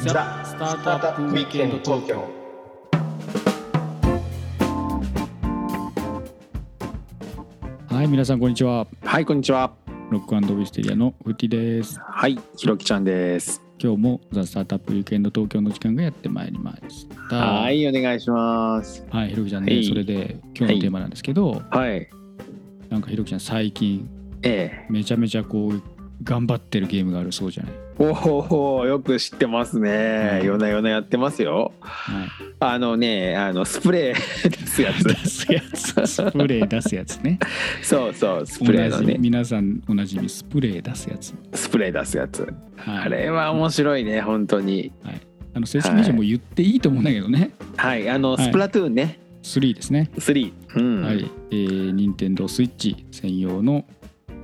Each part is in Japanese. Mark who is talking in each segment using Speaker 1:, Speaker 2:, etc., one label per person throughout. Speaker 1: ザ・スタートアップウィークエンド東京
Speaker 2: はい、皆さんこんにちは。
Speaker 3: はい、こんにちは。
Speaker 2: ロックウィステリアのフッティです。
Speaker 3: はい、ひろきちゃんです。
Speaker 2: 今日もザ・スタートアップウィークエンド東京の時間がやってまいりました。
Speaker 3: は。い、お願いします。
Speaker 2: はい、ひろきちゃん
Speaker 3: は
Speaker 2: ね、
Speaker 3: い
Speaker 2: それで今日のテーマなんですけど、
Speaker 3: はい、
Speaker 2: なんかひろきちゃん最近
Speaker 3: ええ。
Speaker 2: めちゃめちゃこう頑張ってるゲームがあるそうじゃない。
Speaker 3: おお、よく知ってますね
Speaker 2: う。ん
Speaker 3: 夜な夜なやってますよ。
Speaker 2: はい。
Speaker 3: あのね、あのスプレーですや
Speaker 2: 出 すやつ、スプレー出すやつね。
Speaker 3: つ。そうそう、スプレーの
Speaker 2: おなじみ
Speaker 3: ね、
Speaker 2: 皆さんおなじみスプレー出すやつ。
Speaker 3: スプレー出すやつ。
Speaker 2: はい、
Speaker 3: あれは面白いね、本当に。
Speaker 2: あの説明書も言っていいと思うんだけどね。
Speaker 3: はい、あの
Speaker 2: はい
Speaker 3: スプラトゥーンね、
Speaker 2: 3ですね。
Speaker 3: 3。うん。
Speaker 2: はい。えー、任天堂スイッチ専用の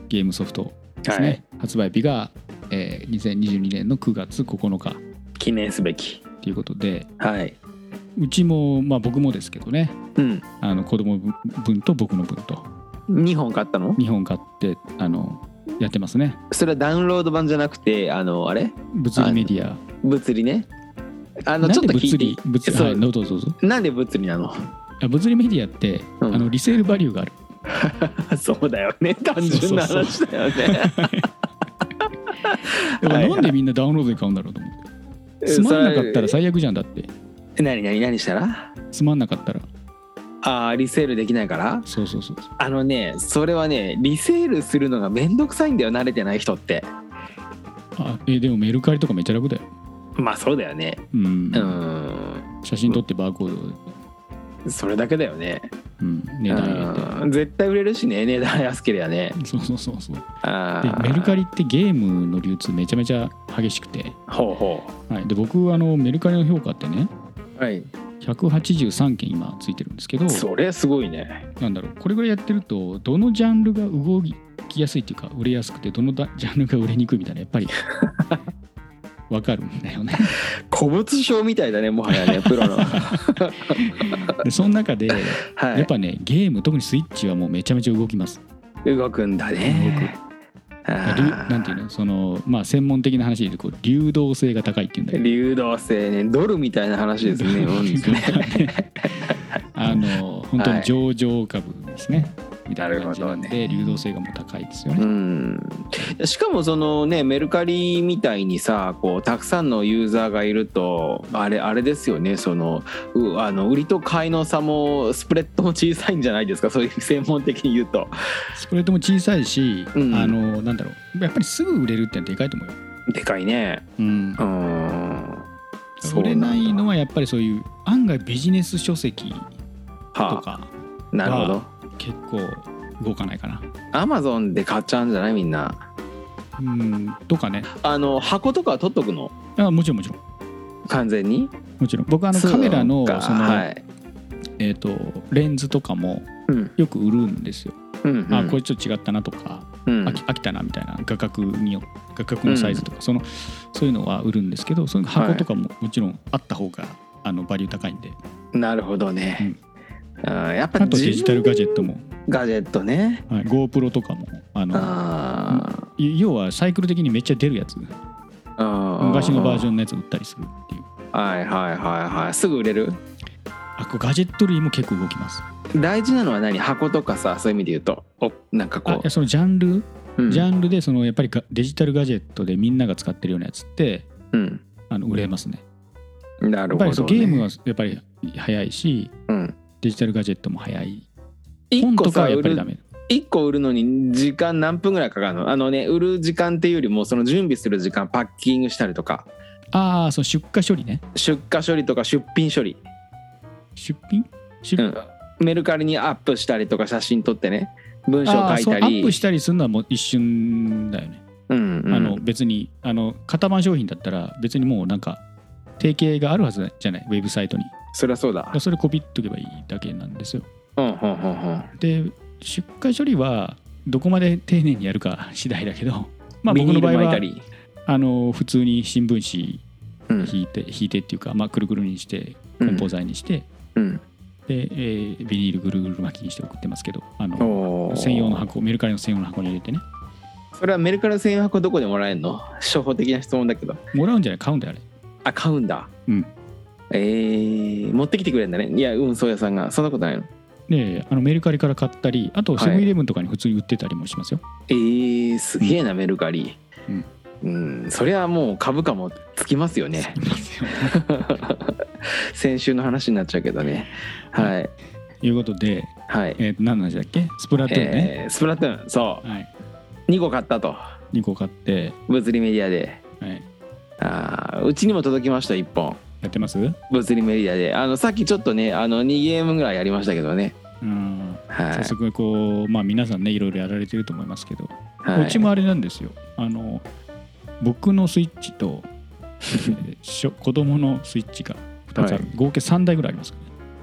Speaker 2: ゲームソフトですね、
Speaker 3: はい
Speaker 2: 発売日が、えー2022年の9月9日
Speaker 3: 記念すべき。
Speaker 2: ということで
Speaker 3: はい。
Speaker 2: うちもまあ僕もですけどね
Speaker 3: うん。
Speaker 2: あの子供分と僕の分と
Speaker 3: 2本買ったの
Speaker 2: 2本買ってあのやってますね
Speaker 3: それはダウンロード版じゃなくて、あの、あれ
Speaker 2: 物理メディア
Speaker 3: 物理ね。あの、
Speaker 2: なん
Speaker 3: ちょっ
Speaker 2: で
Speaker 3: と聞
Speaker 2: 物
Speaker 3: いてい
Speaker 2: 理
Speaker 3: い。
Speaker 2: 物理
Speaker 3: そう
Speaker 2: はいどうぞどうぞ
Speaker 3: なんで物理なの
Speaker 2: あ物理メディアって、
Speaker 3: うん
Speaker 2: あのリセールバリューがある
Speaker 3: そうだよね単純な話だよね
Speaker 2: だから
Speaker 3: はい
Speaker 2: なんでみんなダウンロードで買うんだろうと思って つまんなかったら最悪じゃんだって
Speaker 3: 何何何したら
Speaker 2: つまんなかったら
Speaker 3: あーリセールできないから
Speaker 2: そうそうそう
Speaker 3: あのねそれはねリセールするのがめんどくさいんだよ慣れてない人って
Speaker 2: あえーでもメルカリとかめっちゃ楽だよ
Speaker 3: まあそうだよね
Speaker 2: うん、
Speaker 3: うん
Speaker 2: 写真撮ってバーコード、
Speaker 3: それだけだよね
Speaker 2: うん、値段入れて
Speaker 3: うん絶対売れるしね値段安ければね
Speaker 2: そうそうそうそう
Speaker 3: あ
Speaker 2: で
Speaker 3: ー
Speaker 2: メルカリってゲームの流通めちゃめちゃ激しくて、
Speaker 3: ほうほ
Speaker 2: はい、で僕あのメルカリの評価ってね
Speaker 3: うはい
Speaker 2: 183件今ついてるんですけど
Speaker 3: それすごいね
Speaker 2: なんだろうこれぐらいやってるとどのジャンルが動きやすいっていうか売れやすくてどのだジャンルが売れにくいみたいなやっ ぱりわかるんだよね
Speaker 3: 古物商みたいだねもはやねプロ の
Speaker 2: でその中で
Speaker 3: は
Speaker 2: やっ
Speaker 3: い
Speaker 2: ぱねゲーム特にスイッチはもうめちゃめちゃ動きます
Speaker 3: 動くんだねあ
Speaker 2: 流
Speaker 3: ー
Speaker 2: なんていうのそのまあ専門的な話で言うとこう流動性が高いっていうんだけど
Speaker 3: 流動性ねドルみたいな話です ね本当にね
Speaker 2: あの本当に上場株ですね、みたいな感じなんで、
Speaker 3: な
Speaker 2: 流動性がもう高いですよ
Speaker 3: う
Speaker 2: ね。
Speaker 3: んしかもそのねメルカリみたいにさこうたくさんのユーザーがいるとあれあれですよねそのうあの売りと買いの差もスプレッドも小さいんじゃないですかそういう専門的に言うと
Speaker 2: スプレッドも小さいし、
Speaker 3: うん
Speaker 2: あのなんだろうやっぱりすぐ売れるってのはでかいと思うよ。
Speaker 3: でかいね
Speaker 2: うん
Speaker 3: う、んそ
Speaker 2: 売
Speaker 3: う
Speaker 2: れ
Speaker 3: んだ
Speaker 2: ないのはやっぱりそういう案外ビジネス書籍と
Speaker 3: はあ
Speaker 2: か
Speaker 3: なるほど
Speaker 2: 結構動かないかな。
Speaker 3: アマゾンで買っちゃうんじゃないみんな
Speaker 2: うん、とかね
Speaker 3: あの箱とかは取っとくの
Speaker 2: あもちろんもちろん
Speaker 3: 完全に
Speaker 2: もちろん僕あの
Speaker 3: そう
Speaker 2: カメラの
Speaker 3: か
Speaker 2: その、
Speaker 3: はい
Speaker 2: えー、とレンズとかも
Speaker 3: うん
Speaker 2: よく売るんですよ。
Speaker 3: うんうん
Speaker 2: あこれちょっと違ったなとか。
Speaker 3: うん
Speaker 2: 飽き飽きたなみたいな画角によ画角のサイズとか、そのそういうのは売るんですけどそういう箱とかももちろんあった方が、あのバリュー高いんで
Speaker 3: なるほどね。あーやっぱ
Speaker 2: あとデジタルガジェット
Speaker 3: も。
Speaker 2: も、
Speaker 3: ガジェットね。
Speaker 2: はい、GoPro とかもあの
Speaker 3: あ
Speaker 2: い要はサイクル的にめっちゃ出るやつ
Speaker 3: ーあー。
Speaker 2: 昔のバージョ
Speaker 3: ン。
Speaker 2: ンのやつ売ったりするっていう
Speaker 3: はいはいはいはい。すぐ売れる
Speaker 2: あこうガジェット類も結構動きます
Speaker 3: 大事なのは何箱とかさ、そういう意味で言うと。おなんか
Speaker 2: あい
Speaker 3: こ
Speaker 2: やそのジャンル、
Speaker 3: う。うん
Speaker 2: ジャンルでそのやっぱりがデジタルガジェットでみんなが使ってるようなやつって
Speaker 3: うん。
Speaker 2: あの売れますね
Speaker 3: な
Speaker 2: や
Speaker 3: る
Speaker 2: っぱりそ
Speaker 3: ほど
Speaker 2: う
Speaker 3: ね。
Speaker 2: ゲームはやっぱり早いし
Speaker 3: うん。
Speaker 2: デジタルガジェットも早い
Speaker 3: 一
Speaker 2: 本
Speaker 3: 個
Speaker 2: とか
Speaker 3: さ
Speaker 2: はやっ
Speaker 3: 売
Speaker 2: ぱり
Speaker 3: る
Speaker 2: ダメ
Speaker 3: 一個売るのに時間何分ぐらいかかるのあのね売る時間っていうよりもその準備する時間パッキングしたりとか
Speaker 2: ああ、その出荷処理ね。
Speaker 3: 出荷処理とか出品処理、
Speaker 2: 出品出
Speaker 3: う
Speaker 2: 品、
Speaker 3: ん、メルカリにアップしたりとか写真撮ってね文章
Speaker 2: あ
Speaker 3: 書
Speaker 2: あ
Speaker 3: い
Speaker 2: そう
Speaker 3: た
Speaker 2: ア
Speaker 3: り
Speaker 2: ップしたりするのはもう一瞬だよね。
Speaker 3: うんうん
Speaker 2: あの別にあの型番商品だったら別にもうなんか提携があるはずじゃないウェブサイトに。
Speaker 3: そりゃそうだ
Speaker 2: それコピっとけばいいだけなんですよ。
Speaker 3: うんうんうんうん
Speaker 2: で出荷処理はどこまで丁寧にやるか次第だけど、まあ、僕の場合
Speaker 3: ビニール巻い
Speaker 2: は
Speaker 3: たり
Speaker 2: あの普通に新聞
Speaker 3: う
Speaker 2: 紙
Speaker 3: ん
Speaker 2: 引いて引いてっていうか、まあ、くるくるにして
Speaker 3: うん
Speaker 2: 梱包材にして、
Speaker 3: うん
Speaker 2: で、えービニールぐるぐる巻きにして送ってますけどあの
Speaker 3: おー
Speaker 2: 専用の箱メルカリの専用の箱に入れてね
Speaker 3: それはメルカリの専用箱どこでもらえるの初歩的な質問だけど
Speaker 2: もらうんじゃない買うんだよあれ
Speaker 3: あ買うんだ
Speaker 2: うん
Speaker 3: えー、持ってきてくれるんだねいや運送屋さんがそんなことないの
Speaker 2: であのメルカリから買ったりあと
Speaker 3: はい
Speaker 2: セブンイレブンとかに普通に売ってたりもしますよ、
Speaker 3: えー、すげえな、メルカリ
Speaker 2: うん
Speaker 3: うん、そりゃもう株価もつきますよね先週の話になっちゃうけどねはい
Speaker 2: と いうことで、
Speaker 3: はい、
Speaker 2: えー、何の話だっけスプラトゥーンね、
Speaker 3: えースプラトゥーンそ
Speaker 2: はい、
Speaker 3: う2個買ったと
Speaker 2: 2個買って、
Speaker 3: 物理メディアで
Speaker 2: はい、
Speaker 3: あーうちにも届きました1本
Speaker 2: やってますう
Speaker 3: 物理メディアであのさっきちょっとねあの2ゲームぐらいやりましたけどね
Speaker 2: ん
Speaker 3: はい
Speaker 2: 早速こうまあ皆さんねいろいろやられてると思いますけど、
Speaker 3: は
Speaker 2: うちもあれなんですよあの僕のスイッチ とえーしょ子供のスイッチが2つある、合計3台ぐらいありますか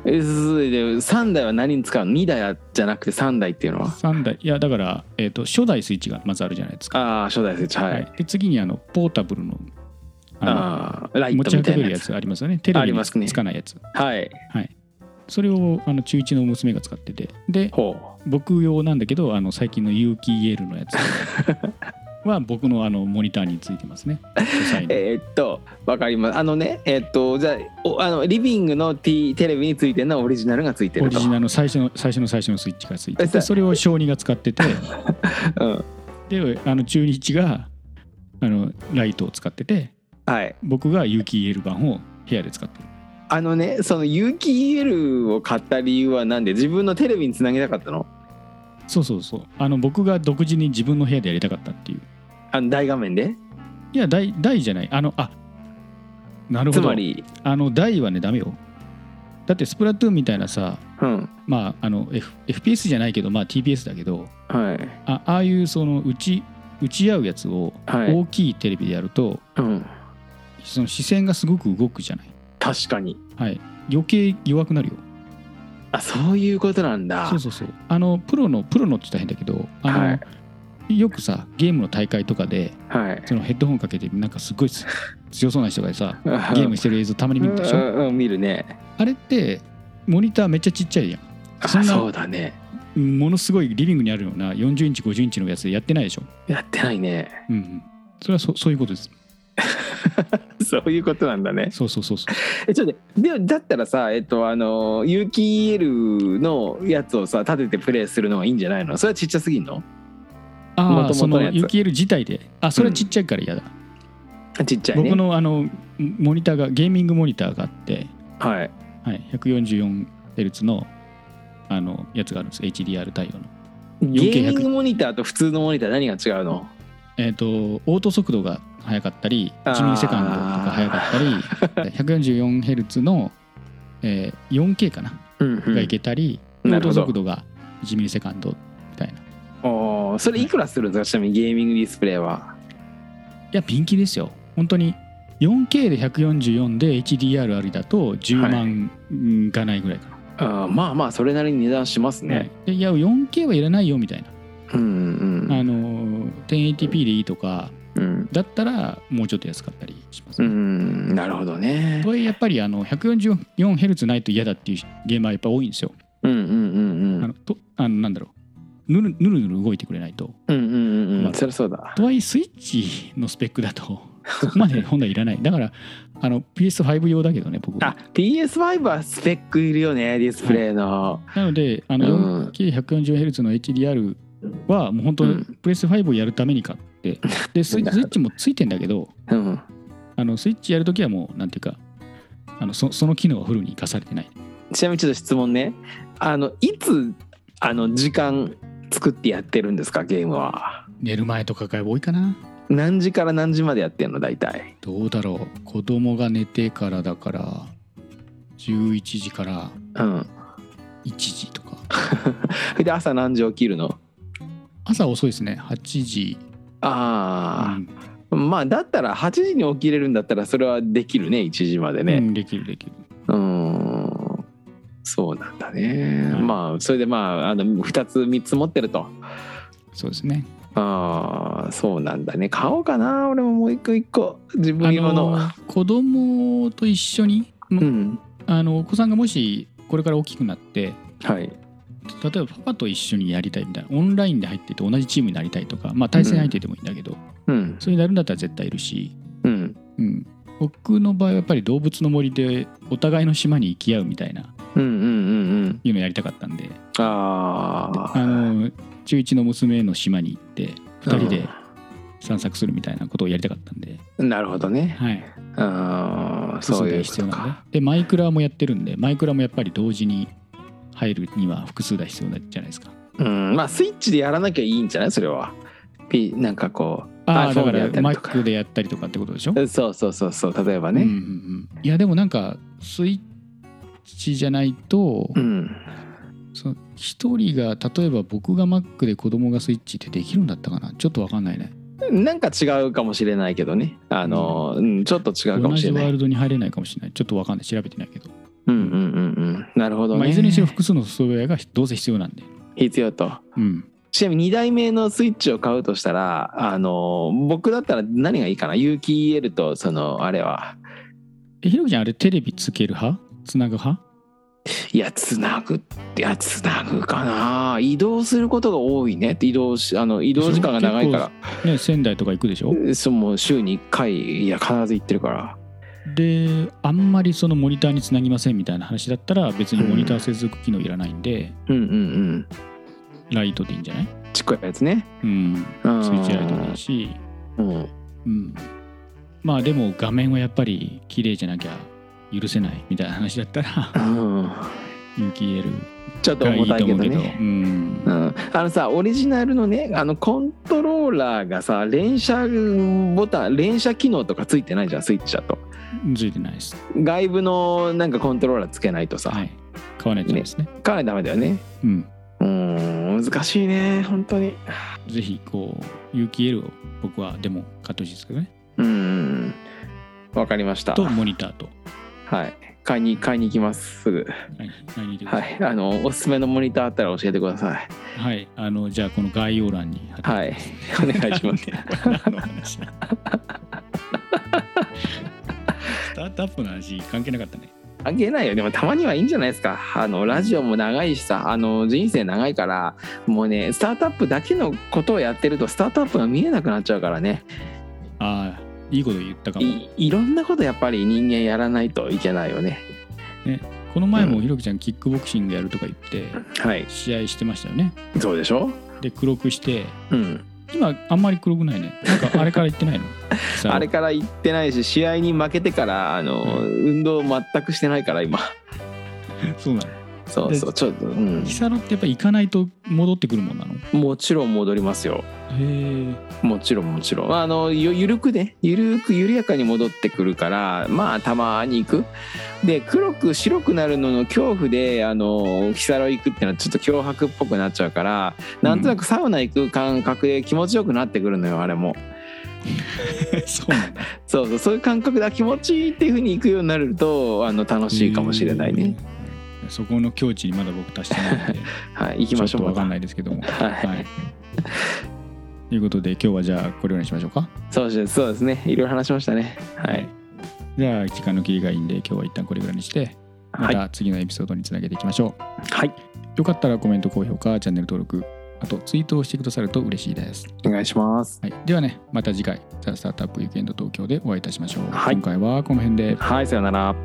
Speaker 3: え続いて3台は何に使うの ?2 台じゃなくて3台っていうのは
Speaker 2: らね3台いやだから、えー、と初代スイッチがまずあるじゃないですか、
Speaker 3: ああ初代スイッチはい、
Speaker 2: はいで次にあのポータブルのあの
Speaker 3: ああライ
Speaker 2: 持
Speaker 3: ト
Speaker 2: ち
Speaker 3: み
Speaker 2: 運
Speaker 3: た
Speaker 2: べ
Speaker 3: いな
Speaker 2: る
Speaker 3: や
Speaker 2: や
Speaker 3: つ
Speaker 2: つありますよねテレ
Speaker 3: あり
Speaker 2: ビ
Speaker 3: ますね
Speaker 2: につかないやつ
Speaker 3: はい
Speaker 2: それをあの中1の娘が使っててで
Speaker 3: ほ
Speaker 2: 僕用なんだけどあの最近の有機 EL のや つは僕のあのモニターについてますね主催
Speaker 3: う
Speaker 2: の
Speaker 3: えーっとわかりますあのねえーっとじゃあおあのリビングの、T、テレビについてるのはオリジナルがついて
Speaker 2: オ
Speaker 3: る
Speaker 2: リ
Speaker 3: と
Speaker 2: ジナルの最初の最初の最初のスイッチがついて
Speaker 3: えさ
Speaker 2: てそれを小児が使っ てて
Speaker 3: うん
Speaker 2: であの中日があのライトを使ってて
Speaker 3: はい
Speaker 2: 僕が有機 EL 版を部屋で使ってる
Speaker 3: あのねその有機 EL を買った理由はなんで自分のテレビにつなげたかったの
Speaker 2: そうそうそうあの僕が独自に自分の部屋でやりたかったっていう
Speaker 3: あの大画面で
Speaker 2: いや大大じゃないあのあなるほ
Speaker 3: つ
Speaker 2: ど
Speaker 3: まり
Speaker 2: あの台はねダメよだってスプラトゥーンみたいなさ
Speaker 3: うん
Speaker 2: まああの、F、FPS じゃないけどまあ TPS だけど
Speaker 3: はい
Speaker 2: あああいうその打ち打ち合うやつを
Speaker 3: はい、
Speaker 2: 大きいテレビでやると、
Speaker 3: うん、
Speaker 2: その視線がすごく動くじゃない
Speaker 3: 確かに
Speaker 2: はい余計弱くなるよ
Speaker 3: あそういうことなんだ
Speaker 2: そうそうそうあのプロのプロのって言ったら変だけどあの、
Speaker 3: は
Speaker 2: よくさゲームの大会とかで
Speaker 3: はい
Speaker 2: そのヘッドホンかけてなんかすごいす強そうな人がさゲームしてる映像たまに見るでし
Speaker 3: う
Speaker 2: ょ
Speaker 3: んうんうん見るね
Speaker 2: あれってモニターめっちゃちっちゃいやん
Speaker 3: あ
Speaker 2: そんな
Speaker 3: そうだね
Speaker 2: ものすごいリビングにあるような40インチ50インチのやつでやってないでしょ、
Speaker 3: やってないね
Speaker 2: うんうん、それはそそういうことです
Speaker 3: そういうことなんだね
Speaker 2: そうそうそうそう
Speaker 3: えちょっと待ってでだったらさえっとあの有機 EL のやつをさ立ててプレイするのがいいんじゃないのそれはちっちゃすぎんの
Speaker 2: ああ
Speaker 3: 元
Speaker 2: そ
Speaker 3: 々の
Speaker 2: の
Speaker 3: やつ
Speaker 2: UKL 自体であそれはちっちゃいから嫌だ、
Speaker 3: あちっちゃいね
Speaker 2: 僕のあのモニターがゲーミングモニターがあって、
Speaker 3: はい
Speaker 2: はい、144Hz のあのやつがあるんです HDR 対応の
Speaker 3: ゲ
Speaker 2: 4K100
Speaker 3: ーミングモニターと普通のモニター何が違うの
Speaker 2: えっ、とオート速度が速かったり
Speaker 3: あー
Speaker 2: 1ミリセカンドとか速かった り 144Hz の、えー 4K かな
Speaker 3: うん
Speaker 2: がいけたり、
Speaker 3: うん
Speaker 2: オ
Speaker 3: な
Speaker 2: ー
Speaker 3: るほ
Speaker 2: ト
Speaker 3: ど
Speaker 2: 速度が1ミリセカンドみたいない
Speaker 3: おーそれいくらするんですかちなみにゲーミングディスプレイは
Speaker 2: やピンキリですよ本当に 4K で144で HDR ありだと10万うんがないぐらいかな、
Speaker 3: あーまあまあそれなりに値段しますね、
Speaker 2: はいでいや 4K はいらないよみたいな、
Speaker 3: うん
Speaker 2: あのー 1080p でいいとか
Speaker 3: うんうん
Speaker 2: だったらもうちょっと安かったりします、
Speaker 3: う
Speaker 2: ね
Speaker 3: んなるほどね
Speaker 2: とはいえやっぱりあの 144Hz ないと嫌だっていうゲームはやっぱ多いんですよ、
Speaker 3: うんうんうんうん
Speaker 2: あのとあのなんだろうぬるぬるぬる動いてくれないと
Speaker 3: うんうんうんう
Speaker 2: ま
Speaker 3: ん
Speaker 2: あ
Speaker 3: そりゃそうだ
Speaker 2: とはいえスイッチのスペックだと そこまで本来いらないだからあの PS5 用だけどね僕
Speaker 3: あ
Speaker 2: は
Speaker 3: PS5 はスペックいるよねディスプレイの、
Speaker 2: なのであの、
Speaker 3: うん
Speaker 2: 4K140Hz の HDR はもう本当、
Speaker 3: うん
Speaker 2: プレス5をやるために買ってでスイ
Speaker 3: な
Speaker 2: ス
Speaker 3: るほど
Speaker 2: イッチもついてんだけど
Speaker 3: うん、
Speaker 2: あのスイッチやるときはもうなんていうかあのそその機能はフルに生かされてない
Speaker 3: ちなみにちょっと質問ねあのいつあの時間作ってやってるんですかゲームは
Speaker 2: 寝る前とかが多いかな
Speaker 3: 何時から何時までやってんの大体
Speaker 2: どうだろう子供が寝てからだから11時から
Speaker 3: うん
Speaker 2: 1時とか
Speaker 3: で朝何時起きるの
Speaker 2: 朝遅いですね8時、
Speaker 3: あ
Speaker 2: うん
Speaker 3: あ、まあだったら8時に起きれるんだったらそれはできるね1時まで
Speaker 2: う
Speaker 3: ね
Speaker 2: んできるできる
Speaker 3: うんそうなんだね、
Speaker 2: はい
Speaker 3: まあそれでまああの2つ3つ持ってると
Speaker 2: そうですね
Speaker 3: ああそうなんだね買おうかな俺ももう一個一個自分用の、
Speaker 2: あの子供と一緒に、
Speaker 3: うん
Speaker 2: あのお子さんがもしこれから大きくなって
Speaker 3: はい
Speaker 2: 例えばパパと一緒にやりたいみたいなオンラインで入ってて同じチームになりたいとかまあ対戦相手でもいいんだけど、
Speaker 3: うん
Speaker 2: そういうなるんだったら絶対いるし、
Speaker 3: うん
Speaker 2: うん、僕の場合はやっぱり動物の森でお互いの島に行き合うみたいな
Speaker 3: うんうんうん
Speaker 2: いうのやりたかったんで
Speaker 3: うんああ
Speaker 2: あの中1の娘の島に行って2人で散策するみたいなことをやりたかったんで、
Speaker 3: なるほどね
Speaker 2: はい、
Speaker 3: うん
Speaker 2: 複
Speaker 3: そ
Speaker 2: 数
Speaker 3: うい
Speaker 2: 台
Speaker 3: うこ
Speaker 2: 必要
Speaker 3: と
Speaker 2: なんで
Speaker 3: か
Speaker 2: でマイクラもやってるんでマイクラもやっぱり同時に入るには複数台必要なんじゃないですか
Speaker 3: うんまあスイッチでやらなきゃいいんじゃないそれは、P、なんかこう
Speaker 2: ああ
Speaker 3: iPhone
Speaker 2: だか
Speaker 3: でや
Speaker 2: ら
Speaker 3: った
Speaker 2: マ
Speaker 3: り
Speaker 2: イ
Speaker 3: とか
Speaker 2: クでやったりとかってことでしょ
Speaker 3: そうそうそうそう例えば
Speaker 2: うんうん
Speaker 3: ね
Speaker 2: うんいやでもなんかスイッチじゃないと、
Speaker 3: うん、
Speaker 2: その一人が例えば僕が Mac で子供がスイッチってできるんだったかなちょっとわかんないね
Speaker 3: なんか違うかもしれないけどねあの、うんちょっと違うか
Speaker 2: 同
Speaker 3: もし
Speaker 2: じ
Speaker 3: れ
Speaker 2: ワ
Speaker 3: な
Speaker 2: ー
Speaker 3: い
Speaker 2: ルドに入れないかもしれないちょっとわかんない調べてないけど、
Speaker 3: うんうんうんうんなるほどね、
Speaker 2: まあ、いずれにしろ複数のソフトウェアがどうせ必要なんで
Speaker 3: 必要と
Speaker 2: うん
Speaker 3: ちなみに2代目のスイッチを買うとしたらあの僕だったら何がいいかな有機 EL とそのあれは
Speaker 2: えひろきちゃんあれテレビつける派つなぐ派
Speaker 3: いやつなぐいやつなぐかな移動することが多いね移動しあの移動時間が長いか
Speaker 2: ね仙台とか行くでしょ
Speaker 3: らそうもう週に1回いや必ず行ってるから
Speaker 2: であんまりそのモニターにつなぎませんみたいな話だったら別にモニター接続機能いらないんで、
Speaker 3: うんうんうん
Speaker 2: ライトでいいんじゃない
Speaker 3: ちっこいやつね
Speaker 2: うん
Speaker 3: うん
Speaker 2: スイッチライトでいいし、
Speaker 3: うん
Speaker 2: うん、まあでも画面はやっぱり綺麗じゃなきゃ許せないみたいな話だっ たら
Speaker 3: うん
Speaker 2: 有機 EL
Speaker 3: ちょっと
Speaker 2: がいい
Speaker 3: 重たい
Speaker 2: と
Speaker 3: け
Speaker 2: 思
Speaker 3: ど
Speaker 2: うけど
Speaker 3: ね
Speaker 2: うん
Speaker 3: うん、あのさオリジナルのねあのコントローラーがさ連射ボタン連射機能とかついてないじゃんスイッチだと
Speaker 2: ついてないです
Speaker 3: 外部のなんかコントローラーつけないとさ、
Speaker 2: はい買わないとですね
Speaker 3: かなりダメだよね
Speaker 2: うん
Speaker 3: うーん難しいね本当に
Speaker 2: ぜひこう有機 EL を僕はでも買ってほしいですけどね
Speaker 3: うんわかりました
Speaker 2: とモニターと
Speaker 3: はい買いに買いに行きますすぐ
Speaker 2: はい買いに行ってくだ
Speaker 3: は
Speaker 2: さい
Speaker 3: いあのおすすめのモニターあったら教えてください
Speaker 2: はい、あのじゃあこの概要欄に貼って
Speaker 3: はいお願いします
Speaker 2: 何の話だスタートアップの話関係なかったね。
Speaker 3: あげないよでもたまにはいいんじゃないですかあのラジオも長いしさあの人生長いからもうねスタートアップだけのことをやってるとスタートアップが見えなくなっちゃうからね
Speaker 2: ああ、いいこと言ったかも。
Speaker 3: いいろんなことやっぱり人間やらないといけないよね
Speaker 2: この前
Speaker 3: う
Speaker 2: も
Speaker 3: ん
Speaker 2: ひろきちゃんキックボクシングやるとか言って
Speaker 3: はい
Speaker 2: 試合してましたよね。
Speaker 3: そうでしょ
Speaker 2: で黒くして
Speaker 3: うん
Speaker 2: 今あんまり黒くないね。なんかあれから言ってないの
Speaker 3: あれから行ってないし試合に負けてからあの、
Speaker 2: う
Speaker 3: 運動全くしてないから今
Speaker 2: そうなの。
Speaker 3: そうそうちょっと、うん
Speaker 2: ヒ、サロってやっぱ行かないと戻ってくるもんなのへ
Speaker 3: もちろん戻りますよ
Speaker 2: え。
Speaker 3: もちろんもちろんあのゆゆるくねゆるく緩やかに戻ってくるからまあたまに行くで黒く白くなるのの恐怖であの日サロ行くってのはちょっと脅迫っぽくなっちゃうからなんとなくサウナ行く感覚で気持ちよくなってくるのよあれも
Speaker 2: そうなんだ。
Speaker 3: そうそうそういう感覚だ気持ちいいっていうふうに行くようになるとあの楽しいかもしれないね、
Speaker 2: へー。そこの境地にまだ僕達してないんで、
Speaker 3: はい行き
Speaker 2: ちょ
Speaker 3: ま
Speaker 2: っ
Speaker 3: しょ
Speaker 2: と
Speaker 3: う
Speaker 2: わかんないいですけども。
Speaker 3: はい、
Speaker 2: はい。ということで今日はじゃあこれぐらいにしましょうか。
Speaker 3: そうですそうですねいろいろ話しましたねはい、。
Speaker 2: じゃあ時間の切りがいいんで今日は一旦これぐらいにしてま
Speaker 3: はい
Speaker 2: た次のエピソードにつなげていきましょう。
Speaker 3: はい、
Speaker 2: よかったらコメント、高評価、チャンネル登録、あとツイートをしてくださると嬉しいです。
Speaker 3: お願いします
Speaker 2: はい、ではね、また次回、ザ・スタートアップ・ウィークエンド東京でお会いいたしましょう。
Speaker 3: はい
Speaker 2: 今回はこの辺で。
Speaker 3: はいさようなら